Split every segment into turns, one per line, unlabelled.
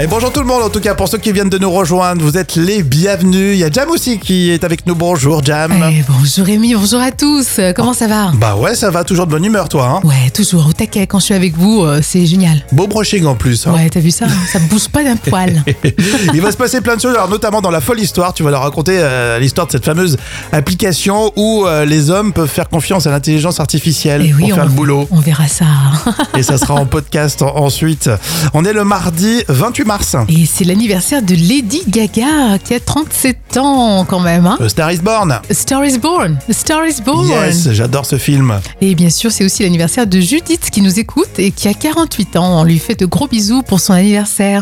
Et bonjour tout le monde, en tout cas, pour ceux qui viennent de nous rejoindre, vous êtes les bienvenus. Il y a Jam aussi qui est avec nous. Bonjour Jam.
Eh, bonjour Rémi, bonjour à tous. Euh, Comment ça va
Bah ouais, ça va, toujours de bonne humeur toi. Hein
Ouais, toujours au taquet quand je suis avec vous, euh, c'est génial.
Beau brushing en plus. hein.
Ouais, t'as vu ça Ça me bouge pas d'un poil.
Il va se passer plein de choses, alors notamment dans la folle histoire, tu vas leur raconter euh, l'histoire de cette fameuse application où euh, les hommes peuvent faire confiance à l'intelligence artificielle
Eh
pour faire le boulot.
on verra ça.
Et ça sera en podcast en- ensuite. On est le mardi 28 mars.
Et c'est l'anniversaire de Lady Gaga qui a 37 ans quand même. Hein
Euh, Star is Born.
A Star is Born. A Star is Born.
Yes, j'adore ce film.
Et bien sûr, c'est aussi l'anniversaire de Judith qui nous écoute et qui a 48 ans. On lui fait de gros bisous pour son anniversaire.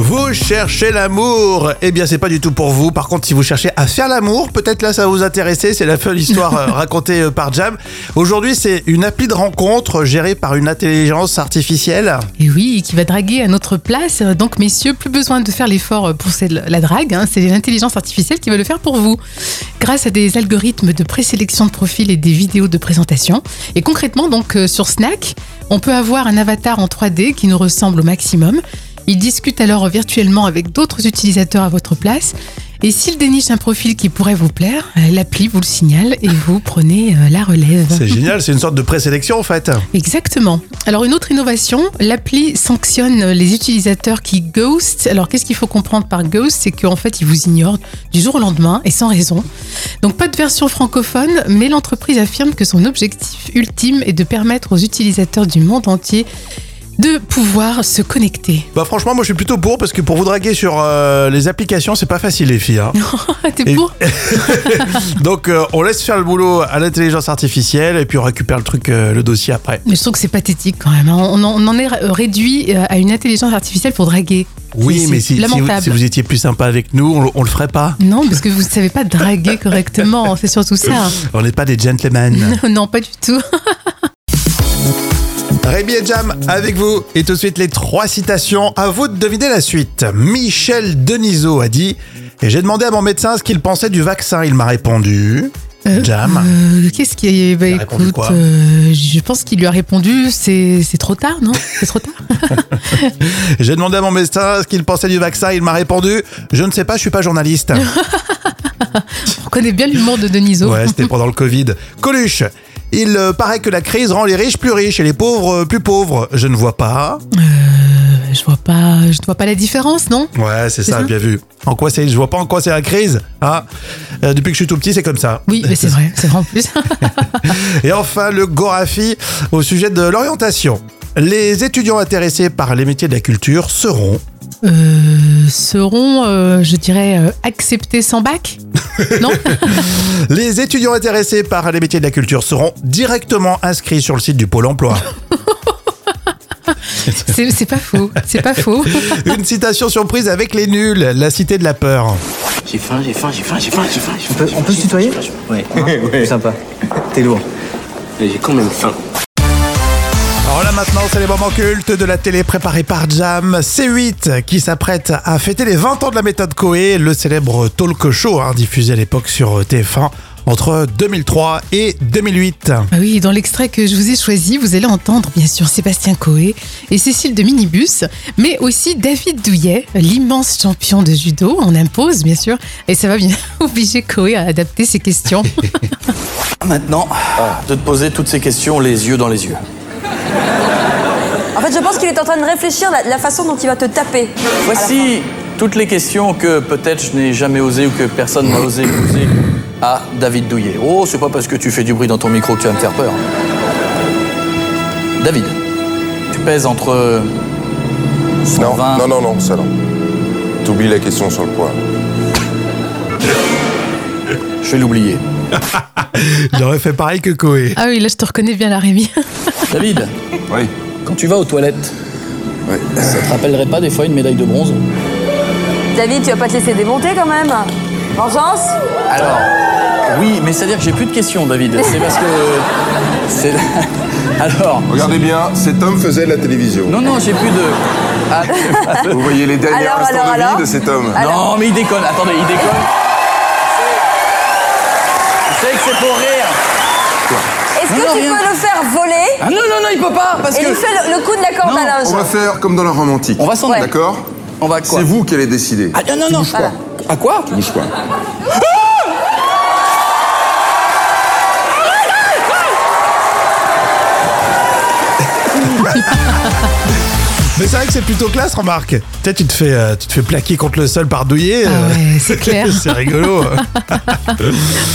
Vous cherchez l'amour Eh bien, c'est pas du tout pour vous. Par contre, si vous cherchez à faire l'amour, peut-être là, ça va vous intéresser. C'est la folle histoire euh, racontée euh, par Jam. Aujourd'hui, c'est une appli de rencontre gérée par une intelligence artificielle.
Et oui, qui va draguer à notre place. Donc, messieurs, plus besoin de faire l'effort pour celle- la drague. hein. C'est l'intelligence artificielle qui va le faire pour vous. Grâce à des algorithmes de présélection de profil et des vidéos de présentation. Et concrètement, donc, euh, sur Snack, on peut avoir un avatar en 3D qui nous ressemble au maximum. Il discute alors virtuellement avec d'autres utilisateurs à votre place. Et s'il déniche un profil qui pourrait vous plaire, euh, l'appli vous le signale et vous prenez euh, la relève.
C'est génial, c'est une sorte de présélection en fait.
Exactement. Alors une autre innovation, l'appli sanctionne les utilisateurs qui ghost. Alors qu'est-ce qu'il faut comprendre par ghost C'est qu'en fait ils vous ignorent du jour au lendemain et sans raison. Donc pas de version francophone, mais l'entreprise affirme que son objectif ultime est de permettre aux utilisateurs du monde entier de pouvoir se connecter.
Bah franchement, moi je suis plutôt pour parce que pour vous draguer sur euh, les applications, c'est pas facile les filles. hein.
Ah, T'es
Et-
pour
Donc euh, on laisse faire le boulot à l'intelligence artificielle et puis on récupère le truc, euh, le dossier après.
Mais je trouve que c'est pathétique quand même. hein. On en, on en est réduit euh, à une intelligence artificielle pour draguer.
Oui,
C'est-
mais
c'est
si, si vous,
lamentable.
si vous étiez plus sympa avec nous, on, le- on le ferait pas.
Non, parce que vous ne savez pas draguer correctement, c'est surtout ça.
On n'est pas des gentlemen.
Non, pas du tout.
Rémi et Jam avec vous. Et tout de suite, les trois citations. À vous de deviner la suite. Michel Denisot a dit Et j'ai demandé à mon médecin ce qu'il pensait du vaccin. Il m'a répondu
Euh,
Jam.
euh, Qu'est-ce qui est bah,
Il a répondu
écoute,
quoi
euh, je pense qu'il lui a répondu c'est c'est trop tard, non C'est trop tard
J'ai demandé à mon médecin ce qu'il pensait du vaccin. Il m'a répondu Je ne sais pas, je suis pas journaliste.
Ah On connaît bien l'humour de Deniso.
Ouais, c'était pendant le Covid. Coluche Il euh, paraît que la crise rend les riches plus riches et les pauvres euh, plus pauvres. Je ne vois pas.
Euh, Je vois pas, je ne vois pas la différence, non
Ouais, c'est
C'est
ça,
ça
bien vu. En quoi c'est Je vois pas en quoi c'est la crise. hein. Euh, depuis que je suis tout petit, c'est comme ça.
Oui, mais c'est vrai, c'est vrai en plus.
Et enfin, le Gorafi au sujet de l'orientation. Les étudiants intéressés par les métiers de la culture seront.
Euh, seront, euh, je dirais, euh, acceptés sans bac Non
Les étudiants intéressés par les métiers de la culture seront directement inscrits sur le site du Pôle emploi.
C'est c'est pas faux, c'est pas faux.
Une citation surprise avec les nuls, la cité de la peur.
J'ai faim, j'ai faim, j'ai faim, j'ai faim, j'ai faim. j'ai
On peut,
faim,
on peut se
j'ai
tutoyer
faim,
Ouais. ouais. Sympa. T'es lourd.
J'ai j'ai quand même faim.
Alors là maintenant, c'est les moments cultes de la télé préparés par Jam. C8 qui s'apprête à fêter les 20 ans de la méthode Coé, le célèbre talk show hein, diffusé à l'époque sur TF1 entre 2003 et 2008.
Ah Oui, dans l'extrait que je vous ai choisi, vous allez entendre bien sûr Sébastien Coé et Cécile de Minibus, mais aussi David Douillet, l'immense champion de judo, on impose bien sûr, et ça va bien obliger Coé à adapter ses questions.
Maintenant, de te poser toutes ces questions les yeux dans les yeux.
En fait, je pense qu'il est en train de réfléchir la, la façon dont il va te taper.
Voici toutes les questions que peut-être je n'ai jamais osé ou que personne n'a osé poser à David Douillet. Oh, c'est pas parce que tu fais du bruit dans ton micro que tu vas me faire peur. David, tu pèses entre
Non,
120.
non, non, non, ça non. T'oublies la question sur le poids.
Je vais l'oublier.
J'aurais fait pareil que Coé.
ah oui, là je te reconnais bien la Rémi.
David,
Oui.
quand tu vas aux toilettes,
Ouais.
ça te rappellerait pas des fois une médaille de bronze
David, tu vas pas te laisser démonter quand même Vengeance
Alors, oui, mais c'est-à-dire que j'ai plus de questions, David. C'est parce que. c'est- Alors.
Regardez bien, cet homme faisait la télévision.
Non, non, j'ai plus de. Ah,
Vous voyez les derniers
Alors,
instants
alors,
de vie
alors
de cet homme.
non, mais il déconne. Attendez, il déconne. C'est- Je sais que c'est pour rire.
Est-ce que
Non,
tu
rien.
peux le faire voler
Ah non, non, non, il peut pas parce
et
que.
lui faire le, le coup de la corde
Non,
à
On va
linge
faire comme dans la romantique.
On va s'en aller.
D'accord
On va quoi
C'est vous qui allez décider.
Ah non, non, non.
Voilà.
À quoi
Bouge pas.
Mais c'est vrai que c'est plutôt classe, remarque. Tu sais, tu te fais, euh, tu te fais plaquer contre le sol par douiller.
Ah ouais, c'est clair.
c'est rigolo. hein.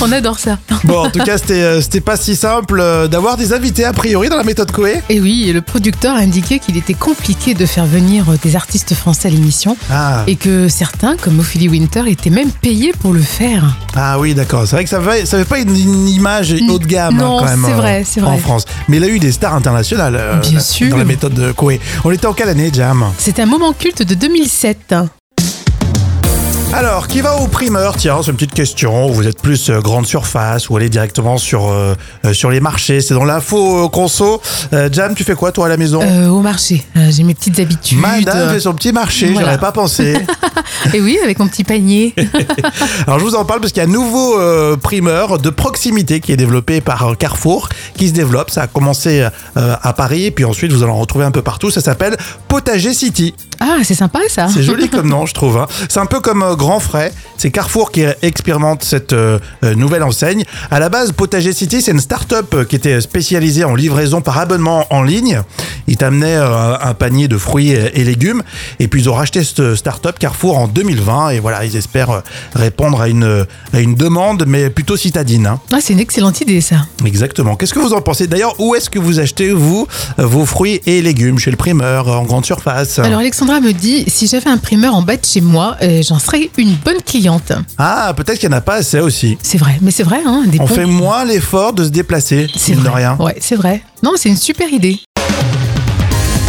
On adore ça.
bon, en tout cas, c'était, euh, c'était pas si simple euh, d'avoir des invités, a priori, dans la méthode Coé.
Et oui, et le producteur a indiqué qu'il était compliqué de faire venir euh, des artistes français à l'émission
Ah.
et que certains, comme Ophélie Winter, étaient même payés pour le faire.
Ah oui, d'accord. C'est vrai que ça n'avait ça fait pas une, une image haut de gamme
Mm. Non,
hein, quand même
c'est
euh,
vrai, c'est vrai.
en France. Mais il a eu des stars internationales euh,
Bien
dans
sûr.
la méthode de Coué. On était en quelle année, Jam
C'est un moment culte de 2007.
Alors, qui va au primeur Tiens, c'est une petite question. Vous êtes plus euh, grande surface ou allez directement sur, euh, euh, sur les marchés C'est dans l'info euh, conso. Euh, Jam, tu fais quoi toi à la maison
Euh, au marché, Euh, j'ai mes petites habitudes.
Oh. Madame fait son petit marché,
Voilà.
j'aurais pas pensé.
Et oui, avec mon petit panier.
Alors je vous en parle parce qu'il y a un nouveau euh, primeur de proximité qui est développé par euh, Carrefour, qui se développe. Ça a commencé euh, à Paris et puis ensuite vous allez en retrouver un peu partout. Ça s'appelle Potager City.
Ah, c'est sympa ça.
C'est joli comme nom, je trouve. hein. C'est un peu comme euh, Grand Frais. C'est Carrefour qui expérimente cette euh, euh, nouvelle enseigne. À la base, Potager City, c'est une start-up euh, qui était spécialisée en livraison par abonnement en ligne. Ils t'amenaient euh, un panier de fruits et et légumes. Et puis, ils ont racheté cette start-up Carrefour en 2020. Et voilà, ils espèrent euh, répondre à une, euh, à une demande, mais plutôt citadine. hein.
Ah, c'est une excellente idée ça.
Exactement. Qu'est-ce que vous en pensez D'ailleurs, où est-ce que vous achetez, vous, euh, vos fruits et légumes Chez le primeur, euh, en grande surface
Alors Alexandra me dit, si j'avais un primeur en bas de chez moi, euh, j'en serais une bonne cliente.
Ah, peut-être qu'il n'y en a pas assez aussi.
C'est vrai, mais c'est vrai, hein, des
On
bons-
fait moins l'effort de se déplacer,
c'est
mine
vrai.
de rien.
Ouais, c'est vrai. Non, c'est une super idée.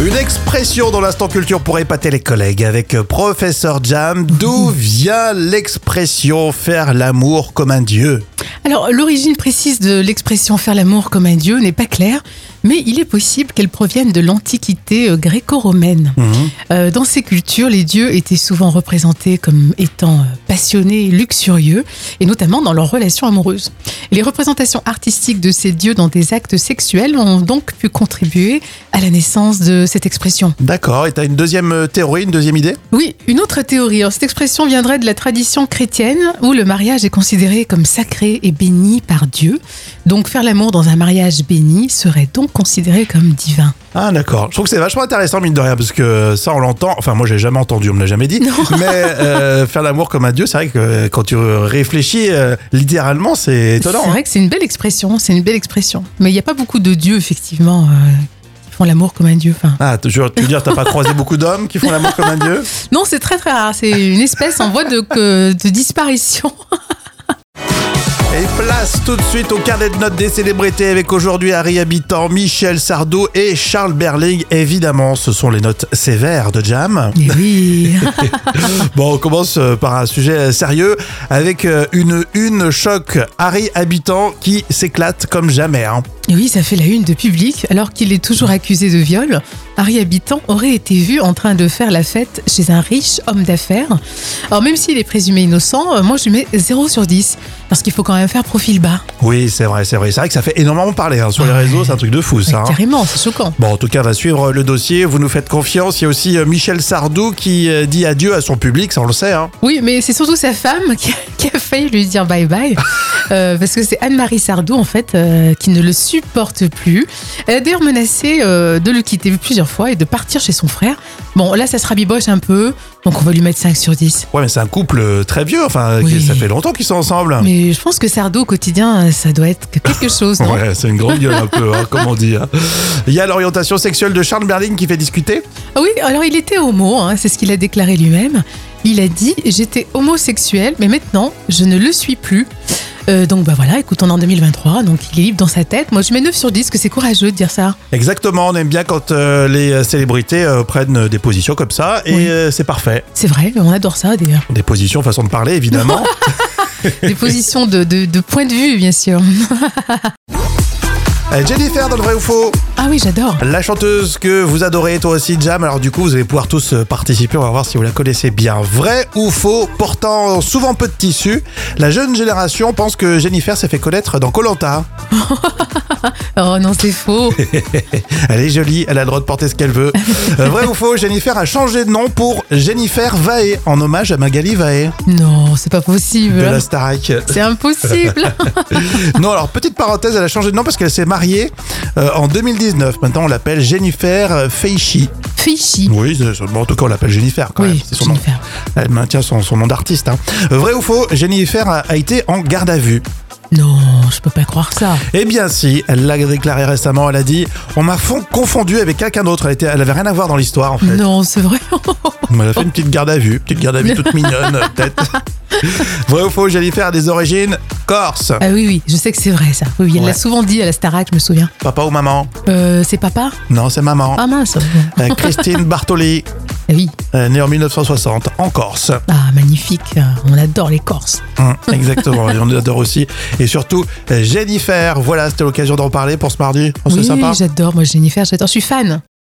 Une expression dans l'instant culture pour épater les collègues avec euh, Professeur Jam. D'où vient l'expression faire l'amour comme un dieu
Alors, l'origine précise de l'expression faire l'amour comme un dieu n'est pas claire, mais il est possible qu'elle provienne de l'antiquité euh, gréco-romaine. Euh, dans ces cultures, les dieux étaient souvent représentés comme étant euh, passionnés, luxurieux, et notamment dans leurs relations amoureuses. Les représentations artistiques de ces dieux dans des actes sexuels ont donc pu contribuer à la naissance de cette expression.
D'accord, et t'as une deuxième euh, théorie, une deuxième idée
Oui, une autre théorie. Alors, cette expression viendrait de la tradition chrétienne où le mariage est considéré comme sacré et béni par Dieu. Donc faire l'amour dans un mariage béni serait donc considéré comme divin.
Ah d'accord, je trouve que c'est vachement intéressant mine de rien parce que ça on l'entend, enfin moi j'ai jamais entendu, on me l'a jamais dit, mais euh, faire l'amour comme un dieu, c'est vrai que euh, quand tu réfléchis euh, littéralement c'est
C'est
étonnant. hein.
vrai que c'est une belle expression, c'est une belle expression. Mais il n'y a pas beaucoup de dieux, effectivement, euh, qui font l'amour comme un dieu. Enfin,
Ah, tu tu veux dire, t'as pas croisé beaucoup d'hommes qui font l'amour comme un dieu
non, c'est très très rare. C'est une espèce en voie de, que- de disparition.
Et place tout de suite au carnet de notes des célébrités avec aujourd'hui Harry Habitant, Michel Sardou et Charles Berling. Évidemment, ce sont les notes sévères de Jam.
Mais oui.
Bon, on commence euh, par un sujet sérieux avec euh, une une choc Harry Habitant qui s'éclate comme jamais. hein.
Et Oui, ça fait la une de public. Alors qu'il est toujours accusé de viol, Harry Habitant aurait été vu en train de faire la fête chez un riche homme d'affaires. Alors, même s'il est présumé innocent, euh, moi je lui mets 0 sur 10 parce qu'il faut quand même faire profil bas.
Oui, c'est vrai, c'est vrai. C'est vrai que ça fait énormément parler hein. sur les
Ah Ouais.
réseaux, c'est un truc de fou ça. hein.
Carrément, c'est choquant.
Bon, en tout cas, on va suivre euh, le dossier. Vous nous faites confiance. Il y a aussi euh, Michel Sardou qui euh, dit adieu à son public, ça on le sait. hein.
Oui, mais c'est surtout sa femme qui a, qui a failli lui dire bye bye. euh, parce que c'est Anne-Marie Sardou, en fait, euh, qui ne le supporte plus. Elle a d'ailleurs menacé euh, de le quitter plusieurs fois et de partir chez son frère. Bon, là, ça se rabiboche un peu. Donc, on va lui mettre 5 sur 10.
Ouais, mais c'est un couple euh, très vieux. Enfin,
Oui.
qui- ça fait longtemps qu'ils sont ensemble.
Mais je pense que Sardo au quotidien, ça doit être que quelque chose, non
Ouais, c'est une grande gueule un peu, hein, comme on dit. hein. Il y a l'orientation sexuelle de Charles Berling qui fait discuter.
Ah Oui, alors il était homo, hein, c'est ce qu'il a déclaré lui-même. Il a dit J'étais homosexuel, mais maintenant, je ne le suis plus. Euh, donc bah voilà, écoute, on est en 2023, donc il est libre dans sa tête. Moi, je mets 9 sur 10, que c'est courageux de dire ça.
Exactement, on aime bien quand euh, les célébrités euh, prennent des positions comme ça et
Oui.
euh, c'est parfait.
C'est vrai, on adore ça d'ailleurs.
Des positions, façon de parler évidemment.
Des positions de, de, de point de vue, bien sûr.
Euh, Jennifer dans le vrai ou faux.
Ah oui, j'adore.
La chanteuse que vous adorez, toi aussi, Jam. Alors, du coup, vous allez pouvoir tous euh, participer. On va voir si vous la connaissez bien. Vrai ou faux, portant souvent peu de tissu, la jeune génération pense que Jennifer s'est fait connaître dans Colanta.
Oh non, c'est faux.
Elle est jolie, elle a le droit de porter ce qu'elle veut. Euh, vrai ou faux, Jennifer a changé de nom pour Jennifer Vae, en hommage à Magali Vae
non, c'est pas
de
possible.
la Starac.
C'est impossible.
Non, alors petite parenthèse, elle a changé de nom parce qu'elle s'est mariée euh, en 2019. Maintenant, on l'appelle Jennifer Feishi.
Fichi.
Oui, c'est- c'est- bon, en tout cas, on l'appelle Jennifer quand même.
Oui,
C'est son nom.
Jennifer.
Elle maintient son, son nom d'artiste. hein. Euh, Vrai ou faux, Jennifer a, a été en garde à vue.
Non, je peux pas croire ça.
Eh bien si, elle l'a déclaré récemment, elle a dit « On m'a fond- confondue avec quelqu'un d'autre, elle, était, elle avait rien à voir dans l'histoire en fait.
Non, c'est vrai.
Elle a fait une petite garde à vue, petite garde à vue toute mignonne peut-être. Vrai ou faux, Jennifer a des origines corse.
ah oui, oui, je sais que c'est vrai ça. Oui, oui, elle
Ouais.
l'a souvent dit à la Starac, je me souviens.
Papa ou maman
Euh, c'est papa
Non, c'est maman.
Ah mince.
Euh, Christine Bartoli,
Ah oui.
euh, née en 1960, en Corse.
Ah, magnifique. On adore les Corses.
Hum, exactement, et on adore aussi. Et surtout, euh, Jennifer, voilà, c'était l'occasion d'en parler pour ce mardi. Oh, c'est
oui,
sympa.
j'adore. Moi, Jennifer, j'adore. Je suis fan.